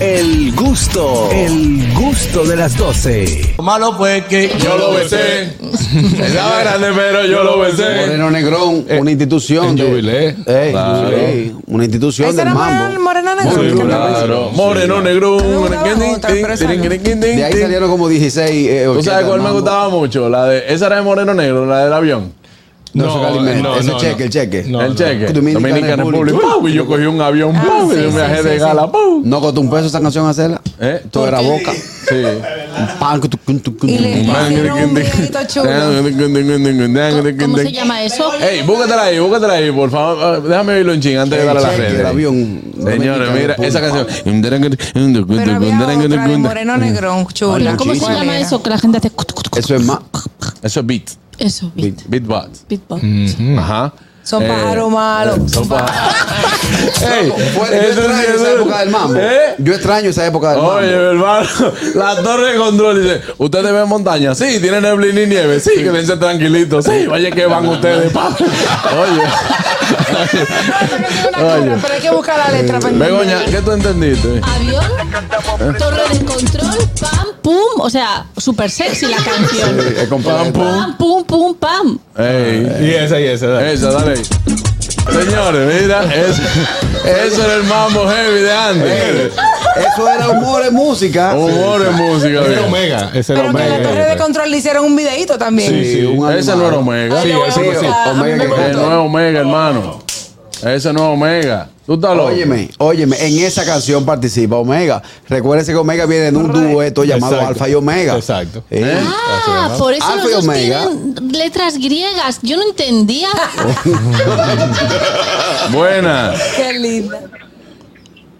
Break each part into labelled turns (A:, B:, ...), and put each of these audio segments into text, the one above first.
A: El gusto, el gusto de las 12.
B: Lo malo fue que yo lo besé. Estaba grande, pero yo lo besé.
C: Moreno Negrón, una institución.
B: en
C: de-
B: Jubilé,
C: Eh,
B: Eh, claro.
C: Jubilé, una institución
D: Ese
C: del
D: era
C: mambo.
D: Moreno, Moreno Negro.
B: Sí,
D: que me
B: claro. Moreno, negro.
D: otra, pero esa no.
C: De ahí salieron como 16. eh,
B: ¿Tú
C: 80
B: sabes cuál me
C: mambo.
B: gustaba mucho? La de, esa era de Moreno Negro, la del avión.
C: No,
E: No, eh,
C: ese Calimero,
E: no,
C: ese
E: no,
C: cheque,
E: no.
C: el cheque.
E: No,
B: el cheque.
C: Dominicana
B: Dominicana República.
C: República.
B: ¡Pau! Y yo cogí un avión.
D: Ah,
B: ¡pau! y
D: sí,
B: yo me
D: sí,
B: viajé
D: sí,
B: de
D: sí.
B: gala. ¡pau!
C: No costó un peso esa canción hacerla.
B: ¿Eh?
C: Todo era boca.
B: Sí.
C: Pan, cu, tu, cu, tu, cu,
D: Y le-
C: tu.
D: Hicieron un videíto
F: ¿Cómo, cómo se llama eso?
C: Eh,
B: Ey, búscatela ahí, búscatela ahí, por favor. Ah, Déjame oírlo un ching antes de
C: El
B: darle a la
C: cheque,
B: red.
C: el avión.
B: Señores,
C: Dominicana
B: mira, esa
C: República.
B: canción.
D: Pero había otra de Moreno Negrón, chula.
F: ¿Cómo se
D: ¿Cuál
F: llama
D: era?
F: eso? Que la gente hace.
C: Eso es más.
B: Eso es beat.
F: Eso, beat.
B: Beatbox.
F: Beatbox.
B: Ajá.
D: Son
B: Eh,
D: pájaros malos.
B: Son pájaros. Ey,
C: Fue- Yo
B: eso sí,
C: extraño
B: eso
C: esa
B: sí.
C: época del mambo.
B: ¿Eh?
C: Yo extraño esa época del
B: Oye,
C: mambo.
B: hermano, la torre de control dice, ¿ustedes ven montaña? Sí, tiene neblina y nieve. Sí, quédense tranquilitos. Sí, vaya que van ustedes, pa. Oye. Oye.
D: Pero hay que buscar la letra. para
B: Begoña,
D: entender.
B: ¿qué tú entendiste?
F: Avión, torre de control, pam, pum. O sea, súper sexy la canción.
C: Es
B: Pam,
C: completa.
B: pum.
F: Pam, pum, pum, pam.
B: Ey,
E: Y esa, y esa. dale.
B: esa, dale. Señores, mira, eso, eso era el mambo heavy de antes.
C: Eso era humor en música.
B: Humor en música,
E: Ese era
B: bien.
E: Omega. Ese era
D: Pero que en
E: Omega.
D: la torre de control le hicieron un videíto también.
C: Sí, un
B: Ese no
C: animal.
B: era Omega.
D: Ay,
E: Sí,
D: lo voy a
E: ese fue
D: buscar.
E: sí.
D: A mí
C: Omega
D: me
C: que-
B: Ese
D: gustó.
B: no es Omega, hermano. Ese no es Omega. ¿Tú estás loco?
C: Óyeme, óyeme, en esa canción participa Omega. Recuérdense que Omega viene de un dueto llamado
E: Exacto.
C: Alfa y Omega.
E: Exacto.
C: Eh,
F: Ah, por eso
C: Alfa
F: los
C: y
F: dos
C: Omega. Eh.
F: tienen letras griegas. Yo no entendía.
B: Buenas.
D: Qué linda.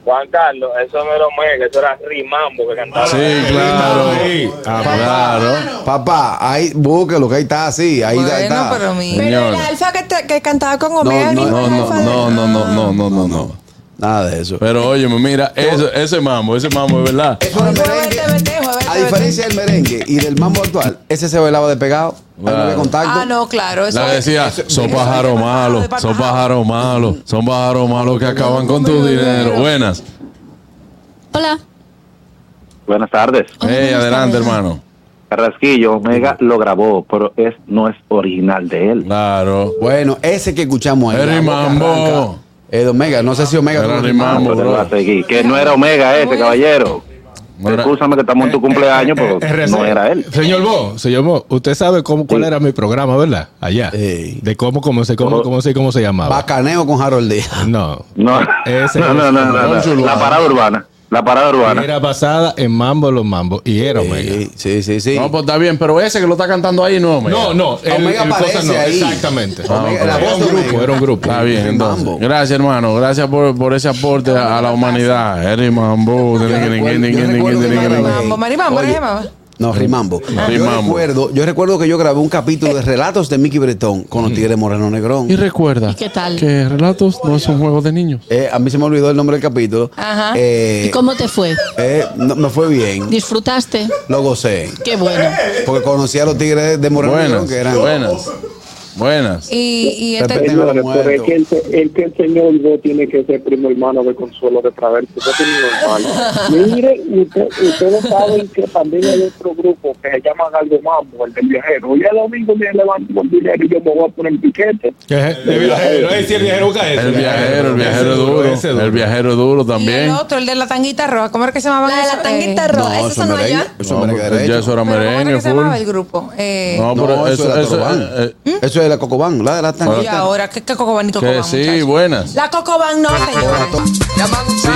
G: Juan Carlos, eso no era Omega, eso era Rimambo que cantaba.
B: Sí, claro.
E: Sí. Ah,
B: Claro.
C: Papá, ahí búsquelo, que ahí está así, ahí
D: Bueno,
C: está.
D: pero mira. Pero el
B: Señor.
D: alfa que, te- que cantaba con Omega.
C: no,
D: Rima
B: No,
D: el
B: no,
D: alfa de-
B: no, no, no, no, no, no, no.
C: Nada de
D: Eh,
C: eso.
B: Pero óyeme, mira, eso, ese mambo, ese mambo es verdad.
C: Eso era merengue.
D: Jueves TVT, jueves
C: A
D: TVT.
C: diferencia del merengue y del mambo actual, ese se bailaba de pegado, ahí no había
B: Claro.
C: contacto.
D: Ah, no, claro. Eso
B: La
D: es-
B: decía,
D: eso-
B: son
D: eso-
B: pájaros
D: eso-
B: malos, son pájaros malos, son pájaros malos que acaban con tu dinero. Buenas.
F: Hola.
H: Buenas tardes.
F: Hola,
B: Ey,
F: buenas
B: adelante,
F: tardes.
B: hermano.
H: Carrasquillo, Omega lo grabó, pero es, no es original de él.
B: Claro.
C: Bueno, ese que escuchamos ahí.
B: Era
C: la boca
B: Mambo.
C: arranca, Es de Omega, no sé si Omega
B: Era
C: tuvo
B: de
C: que-
B: Mambo.
H: Pero
B: bro.
H: va a seguir. Que no era Omega ese, caballero.
B: No era-
H: Escúchame que estamos en
E: Eh,
H: tu cumpleaños, pero
E: RC.
H: no era él.
E: Señor Bo, señor Bo, usted sabe cómo, cuál era mi programa, ¿verdad? Allá.
C: Sí.
E: De cómo, cómo se, cómo, cómo se, cómo se llamaba.
C: Bacaneo con Harold Díaz.
E: No.
H: No,
E: Eh, Ese
H: no, no,
E: es
H: no, no,
E: Alonso
H: no.
E: Urbano.
H: La parada urbana. La parada urbana.
E: Era basada en Mambo los Mambo y era Omega.
C: Sí, sí, sí. sí.
B: No, pues está bien, pero ese que lo está cantando ahí no, Omega.
E: No, no, el,
C: Omega
E: el cosa
C: aparece
E: no,
C: ahí.
E: exactamente.
B: Ah,
C: Omega,
E: era
C: la
E: un
C: voz de
E: grupo,
C: Omega.
E: era un grupo.
B: Está bien,
C: Henry
B: entonces.
C: Mambo.
B: Gracias, hermano. Gracias por, por ese aporte a, a la humanidad. Henry Mambo.
C: yo recuerdo que me grabé.
D: Mambo, Marimambo,
C: Oye,
D: Marimambo.
C: No, Rimambo. Yo,
B: Rimambo.
C: Recuerdo, yo recuerdo que yo grabé un capítulo de Relatos de Mickey Bretón con los
B: Mm.
C: Tigres Moreno Negrón.
B: Y recuerda
F: ¿Y qué tal?
B: que Relatos no es un juego de niños.
C: Eh, a mí se me olvidó el nombre del capítulo.
D: Ajá.
C: Eh,
F: ¿Y cómo te fue?
C: eh, no, me fue bien.
F: ¿Disfrutaste?
C: Lo gocé.
F: Qué bueno.
C: Porque conocí a los Tigres de Moreno Negrón
B: Buenas,
C: que eran.
B: buenas, buenas.
D: Y, y este-
C: Repetido.
I: Señores, pero es
C: Muerto.
I: que, el, es que el señor Bo tiene que ser primo hermano de Consuelo de Traverso. Eso es normal. Mire, usted- ustedes saben que también hay otro grupo que se llama Algo Mambo, el del viajero. Hoy es domingo me levanto con dinero y yo me voy a poner piquete.
E: El viajero, eh, sí, el viajero busca ese.
B: El viajero, el
E: Ese
B: viajero duro.
E: ese
B: El viajero duro
D: y el
B: también.
D: otro, el de la tanguita roja. ¿Cómo era que se llamaba?
F: La de la
D: eso?
F: tanguita
D: Eh,
F: roja.
C: No, eso es merengue. Eso es
B: No,
C: merengue
B: pues,
C: derecho.
B: ya eso era
D: pero ¿Cómo era
B: merengue,
D: que se
B: full.
D: llamaba el grupo? Eh,
B: No,
C: No,
B: pero
C: eso,
B: eso,
C: era
B: eso,
C: Torobán.
B: eh, eh,
C: Eso es la Cocobán, la de la
D: y
C: tanguita.
D: ahora, ¿qué, qué cocoban y cocoban,
B: que sí,
D: muchachos?
B: buenas.
D: La cocoban no, señores.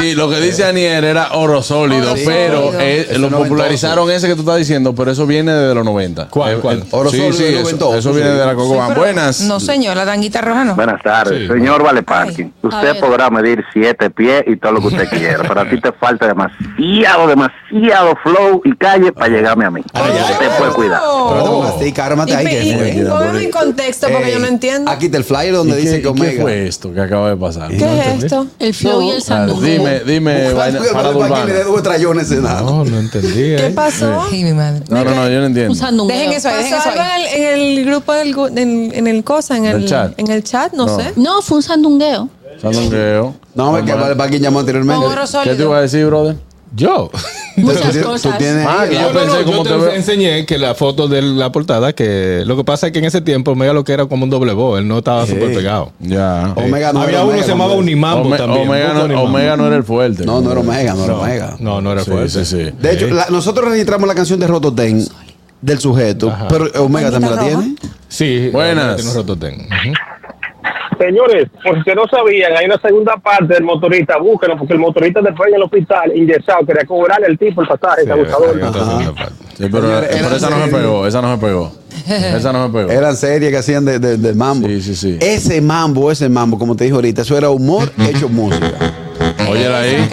B: Sí, lo que dice Anier era oro sólido,
D: Oro
B: pero
D: sólido.
B: eh,
C: Eso
B: lo
C: es
B: popularizaron ese que tú estás diciendo, pero eso viene de los 90.
E: ¿Cuál,
B: Eh,
E: cuál?
B: eh,
C: Oro
B: sí,
C: sólido
B: sí,
C: de
B: eso-
C: 92.
B: Eso viene de la
D: Sí,
B: Cocoban.
D: pero-
B: Buenas.
D: No, señor, la tanguita roja no.
H: Buenas tardes.
E: Sí.
H: Señor Vale Parking,
D: Ay,
F: a
H: usted
F: ver.
H: podrá medir siete pies y todo lo que usted quiera, pero a ti te falta demasiado, demasiado flow y calle para llegarme a mí. Usted puede cuidar.
C: Pero te pongas
D: Oh.
C: así, cármate
D: Y
C: ahí.
D: pe-
C: que
D: y-
C: fue,
D: y
C: que
D: ponme
C: fue.
D: en contexto, porque yo no entiendo.
C: Eh, Aquí está el flyer
B: ¿Y
C: donde
B: qué,
C: dice que
B: y qué
C: Omega.
B: fue esto que acaba de pasar?
D: ¿Qué es esto?
F: El flow y el
B: Ah,
F: sandungo.
B: Dime, dime, vaina, parada
C: Aquí le
B: urbana.
C: debo trayones en nada.
E: No, no entendí.
D: ¿Qué
E: eh.
D: pasó? Sí, mi madre.
B: No, no, no, yo no
F: Un
B: entiendo.
F: sandungo.
D: Dejen eso ahí, dejen eso
F: Pasó algo
D: ahí. En el, grupo del gu- en, en el cosa, en
B: ¿En el
D: el,
B: chat?
D: en el chat, no, sé.
F: en- No, fue un sandungueo.
B: Sandungueo.
C: No, me que Vale Parking llamó anteriormente.
D: Con
B: ¿Qué
D: oro
B: te
D: sólido.
B: iba a decir, brother?
E: Yo.
F: Muchas
C: Tú- tú
F: cosas.
C: tienes-
B: Ah, que yo
E: Yo, no, no,
B: pensé como
E: yo
B: te
E: te
B: veo.
E: enseñé que la foto de la portada, que lo que pasa es que en ese tiempo Omega lo que era como un doble bo, él no estaba súper pegado.
B: Ya.
C: Omega no
E: Había
C: era
E: uno que
C: Omega,
E: se llamaba
C: hombre.
E: Unimambo
B: Ome-
E: también.
B: Omega,
E: Buco
B: no,
E: Unimambo.
B: Omega no era el fuerte.
C: No, no era Omega, no era
E: No,
C: Omega.
E: No, no era
B: Sí,
E: fuerte.
B: sí, sí.
C: De hecho, la- nosotros registramos la canción de Rototen del sujeto,
E: Ajá.
C: pero Omega también la
D: Bandita
C: tiene.
E: Sí,
B: Buenas.
E: tiene un rototén. Ujú.
I: Señores, por si no sabían, hay una segunda parte del motorista, búsquenlo, porque el motorista después en el hospital, inyesado, quería cobrarle al tipo el pasaje,
E: Sí,
I: el abusador.
E: hay otra
C: Ajá.
E: segunda parte.
B: Sí, pero, eh,
C: Señores,
B: pero
C: era
B: esa no me
C: serio.
B: pegó, esa no me pegó. Esa no me pegó.
C: Eran series que hacían de, de- de mambo.
B: Sí, sí, sí.
C: Ese mambo, ese mambo, como te dije ahorita, eso era humor hecho música.
B: Óyela ahí.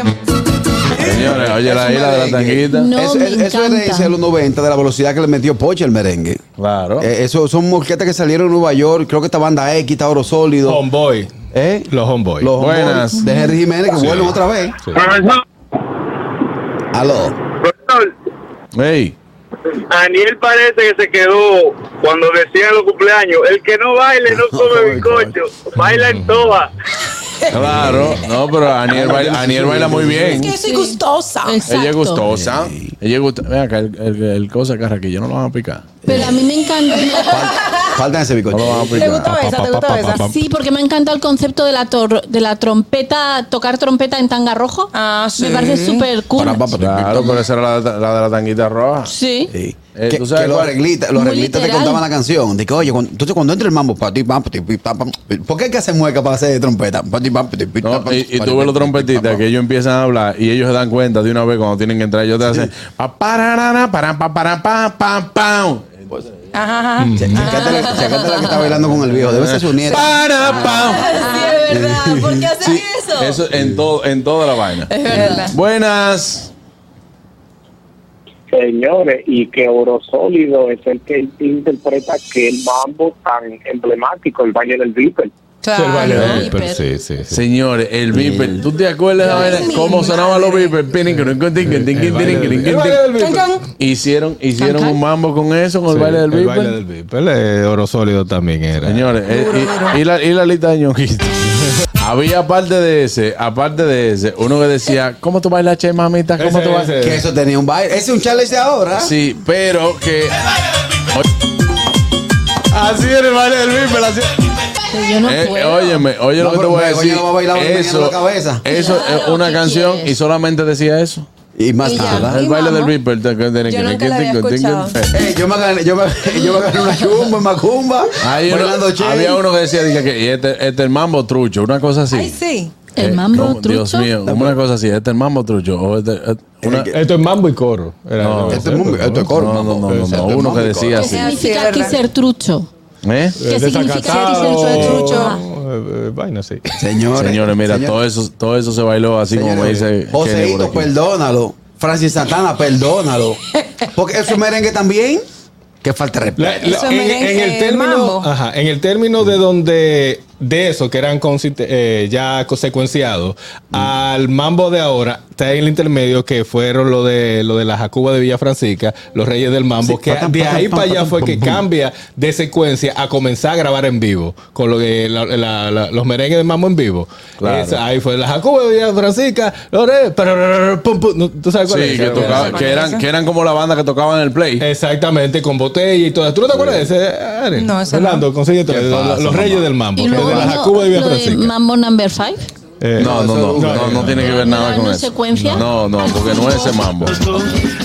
B: Señores, óyela ahí la de la tanguita.
F: No,
C: eso,
F: me
C: es- eso es
F: encanta.
C: de de los 90, de la velocidad que le metió Poche el merengue.
B: Claro.
C: Eh, eso son morquetas que salieron en Nueva York, creo que esta banda X, Tauro Sólido.
E: Homeboy.
C: ¿Eh?
E: Los homeboy.
C: Los
B: Buenas.
C: Homeboys de Henry Jiménez que vuelven otra vez.
E: Sí.
G: Profesor,
C: Aló.
G: profesor,
B: Ey.
G: Aniel parece que se quedó cuando decían los cumpleaños. El que no baile no come bizcocho, baila en toa.
B: Claro. No, pero Aniel baila, Aniel baila muy bien.
D: Yo soy gustosa.
F: Exacto.
B: Ella es gustosa. Ella es gustosa. Ven acá, el, el, el cosa carraquillo no lo van a picar.
F: Pero a mí me encanta.
C: Faltan ese
B: No lo
C: bicocho.
B: van a
D: ¿Te
B: picar.
D: gusta esa? ¿Te gusta esa?
F: Sí, porque me encanta el concepto de la, tor- de la trompeta, tocar trompeta en tanga rojo.
D: Ah, sí.
F: Me parece súper cool.
C: Para, para,
B: Claro, pero esa era la, de- la de la tanguita roja.
F: Sí.
C: Sí.
B: Eh,
C: que,
B: ¿tú sabes
C: que los
B: cuál?
C: arreglitas, los
F: Muy
C: arreglistas te
F: literal.
C: contaban la canción. De que, oye, cuando- entonces cuando entra el mambo, pa, ti, pam, pa, ti, pi, pam, pam, ¿por qué hay que hacer mueca para hacer trompeta? Pa, ti, pam, pa, ti, pi,
B: No,
C: pam, pam,
B: y, y
C: pa,
B: tú
C: ti,
B: ves
C: pi,
B: los
C: pi,
B: trompetistas
C: pam,
B: que ellos empiezan a hablar y ellos se dan cuenta de una vez cuando tienen que entrar. Ellos te hacen pa para para para pa para pa pa pa
C: Pues,
D: Ajá, ajá.
C: pam. Che- Checate la, checate la que está bailando con el viejo. Debe ser su
B: Ah.
C: nieta.
B: para pa.
D: Sí, es verdad. ¿Por qué hacen eso?
B: Eso en todo en toda la vaina.
D: Es verdad.
B: Buenas.
I: Señores, y que Oro Sólido es el que interpreta que el mambo tan emblemático, el baile del Beeple.
E: Sí, el baile
D: Claro.
B: ¿eh?
E: del Viper, sí, sí, sí.
B: Señores, el beeper. ¿Tú te acuerdas de la vaina? ¿Cómo sonaban los beepers? Pinin, que no encuentren, que
E: El
B: encuentren, que
E: baile del
B: encuentren, que
E: Viper.
B: encuentren.
E: El baile del Viper.
B: Hicieron, hicieron un mambo con eso, con el
E: Sí,
B: baile del
E: El baile
B: beeper.
E: del Viper. eh, Oro sólido también era.
B: Señores, eh, y, y la, y la lista de ñonguitos. Había aparte de ese, aparte de ese, uno que decía, ¿cómo tú bailas, che, mamita? ¿Cómo
E: Ese,
B: tú bailas?
E: ese.
C: Que eso tenía un baile. Ese es un challenge de ahora.
B: Sí, pero que... Así era el baile del beeper, así...
F: Que yo no
B: Eh,
F: puedo.
B: óyeme, oye
C: No,
B: lo que te
C: pero
B: voy a
C: Begoña
B: decir.
C: lo va a bailar meneando
B: eso
C: la cabeza.
B: eso es
F: Claro,
B: una
F: ¿qué
B: canción
F: quieres?
B: y solamente decía eso.
C: Y más
D: Y ya.
C: nada.
B: el
D: mi
B: baile
D: mamá.
B: del beeper. te- que- que-
D: Yo
B: que-
D: nunca
B: que-
D: la había
B: que- que-
D: escuchado.
B: que-
C: Ey, yo me gané, yo me, yo me gané una chumba, una macumba.
B: Hay uno-
C: bailando che.
B: había uno que decía dije, que y este, este es el mambo trucho, una cosa así.
D: Ay, sí.
F: El
B: Eh,
F: mambo
B: como- Dios
F: trucho.
B: mío, como una cosa así, este es el mambo trucho. o este- eh, una-
C: que-
E: Esto es mambo y coro. Era-
B: No,
C: Este es mumbi- esto es
B: no,
C: coro.
B: no, no,
C: mambo.
B: no, no,
C: Este
B: no,
C: es
B: uno que
C: mumbi,
B: decía
C: coro.
F: ¿Qué
B: así.
F: significa
D: Sí,
F: que
D: es
F: ser trucho?
B: ¿Eh?
F: ¿Qué
E: Eh,
F: significa
E: desacatado,
F: que ser
D: trucho? Ah.
F: trucho?
E: eh, eh, Vaina, sí.
C: Señores,
B: Señores, mira,
C: señor-
B: todo eso todo eso se bailó así como me
C: Señores,
B: dice Kenny por
C: Joseito,
B: aquí.
C: perdónalo. Francis Santana, perdónalo. Porque eso es merengue también. Que falta de respeto.
E: La- la-
D: Eso
E: en,
D: merengue,
E: en el
D: eh,
E: término,
D: mambo.
E: ajá, en el término de donde de eso que eran consiste- eh, ya co- secuenciados al mambo de ahora está en el intermedio que fueron lo de lo de la Jacuba de Villa Francisca, los Reyes del Mambo,
C: Sí,
E: que
C: patam,
E: de
C: patam,
E: ahí para
C: patam,
E: allá
C: patam,
E: fue que
C: pum, pum.
E: cambia de secuencia a comenzar a grabar en vivo con lo de la- la- la- los merengues de mambo en vivo.
B: Claro.
E: Esa, ahí fue la Jacuba de Villa Francisca, los Reyes, pero pum, pum, ¿no? ¿tú sabes cuál es?
B: Sí, que,
E: Esa,
B: tocaba-
E: esa.
B: que eran, que eran como la banda que tocaban en el play.
E: Exactamente, con botella y todo. ¿Tú no te acuerdas de ese? Ari?
D: No, ese
E: Orlando, consigue todo.
C: ¿Qué
E: Los-
C: pasa,
E: los
C: mamá?
E: Reyes del Mambo.
F: Y
E: que
F: luego
E: de la
F: vino
E: Jacuba de Villa
F: lo de
E: Francisca.
F: Mambo number five.
E: Eh,
B: No, no, no,
C: eso-
B: no, no, no tiene que ver nada
F: ¿No
B: con
F: es
B: eso.
F: secuencia?
B: No, no, porque no es ese mambo.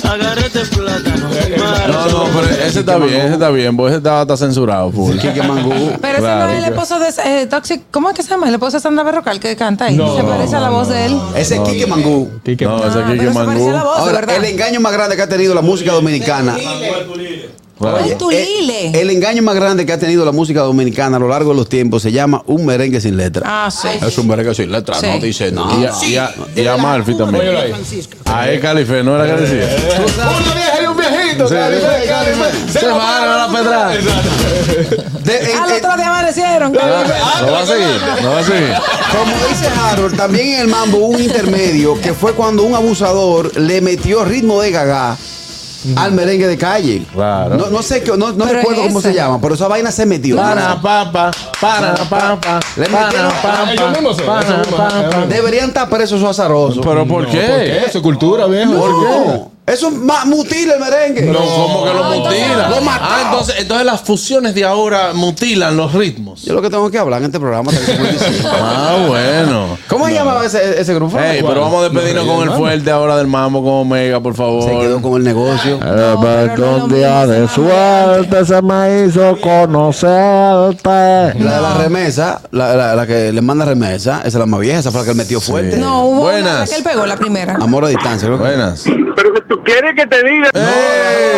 J: Agárrate plátano.
B: Eh, No, no, pero ese está bien, ese está bien, porque ese está, está censurado, full.
C: Quique Mangú.
D: Pero ese
B: Claro,
D: no es el
B: yo-
D: esposo de eh, Toxic. ¿Cómo es que se llama? El esposo de Sandra Berrocal que canta ahí.
E: No,
D: se parece a la voz de él.
C: Ese es Quique Mangú.
E: Quique-
B: No, ese
D: Ah,
B: aquí que
D: pero se parece
B: mangú.
D: a la voz, de
C: Ahora,
D: ¿verdad?
C: el engaño más grande que ha tenido la música dominicana.
B: Claro.
D: Ay,
C: eh,
D: tu
C: El,
D: lile.
C: el engaño más grande que ha tenido la música dominicana a lo largo de los tiempos se llama un merengue sin letra.
D: Ah, sí.
C: Es un merengue sin letra,
D: Sí.
C: no dice
B: Y a,
C: nada.
B: y a, y a Malfi también.
E: Óyelo ahí.
B: A el Calife, ¿no era que decía?
E: Una vieja y un viejito.
B: Sí,
E: Cali,
B: sí,
E: Cali,
B: Cali,
E: Cali.
B: se bajaron a la pedrada.
E: Exacto.
C: De- en-
D: Al
C: en-
D: otro día
C: eh,
D: amanecieron.
B: Ah, No va a seguir, no va a seguir.
C: Como dice Harold, también en el mambo hubo un intermedio que fue cuando un abusador le metió ritmo de gaga al merengue de calle.
B: Claro.
C: No, no sé, qué- no, no
D: Pero
C: recuerdo
D: es
C: cómo se
D: esa.
C: llama, pero esa vaina se metió.
B: Para papa, para papa,
C: Le metieron-
B: para
E: Ellos mismos son, ellos mismos son.
B: papa.
C: Deberían estar presos esos azarosos.
B: Pero ¿por
E: ¿Por qué?
B: qué?
E: Eso es cultura, viejo.
C: No, eso es ma- mutila el merengue.
B: No, ¿cómo que lo
F: No, entonces-
B: mutilan?
C: Lo mató.
B: Ah, entonces, entonces las fusiones de ahora mutilan los ritmos.
C: Yo lo que tengo que hablar en este programa. tengo que decir.
B: Ah, bueno.
C: ¿Cómo se llamaba ese, ese grupo?
B: Ey, pero vamos a despedirnos con el fuerte ahora del mambo con Omega, por favor.
C: Se
K: Eh,
C: quedó con el negocio.
B: Eh,
D: No, pero no es lo mismo, se llama Amante.
K: se me hizo conocerte.
C: La
B: Ah.
C: de la remesa, la, la- la que le manda remesa, esa es la más vieja, esa fue la que él metió fuerte.
D: No, hubo
B: Buenas.
D: una la que él pegó la primera.
C: Amor a distancia, creo que-
B: Buenas.
G: Pero que tú quieres que te diga.
B: Eh,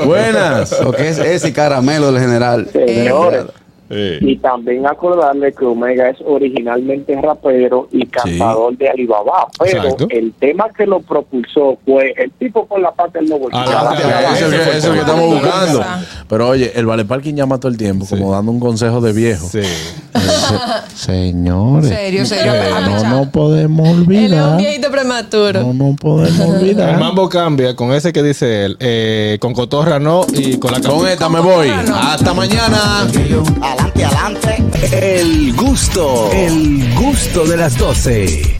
B: Ey, Buenas.
C: Lo que es ese caramelo del general.
I: Señores.
E: Sí.
I: Y también acordarle que Omega es originalmente rapero y cantador de Alibaba, pero
E: Exacto.
I: el tema que lo propulsó fue el tipo con la pata del nuevo.
E: Ah,
B: Ah,
E: Ah,
B: es el
E: ese
B: que,
E: fue
B: es el que
E: el
B: estamos
D: tema.
B: buscando. Pero oye, el Vale Parking llama todo el tiempo, como dando un consejo de viejo.
E: Sí.
K: Señores,
D: Serio, serio. a- a
K: no
D: pichar.
K: nos podemos
F: Él es un
K: olvidar.
F: viejito prematuro.
K: No nos podemos
E: El
K: olvidar.
E: mambo cambia con ese que dice él, eh, con cotorra no y con la
B: Con esta me voy. Hasta mañana.
J: Adelante, adelante.
A: El gusto, el gusto de las 12.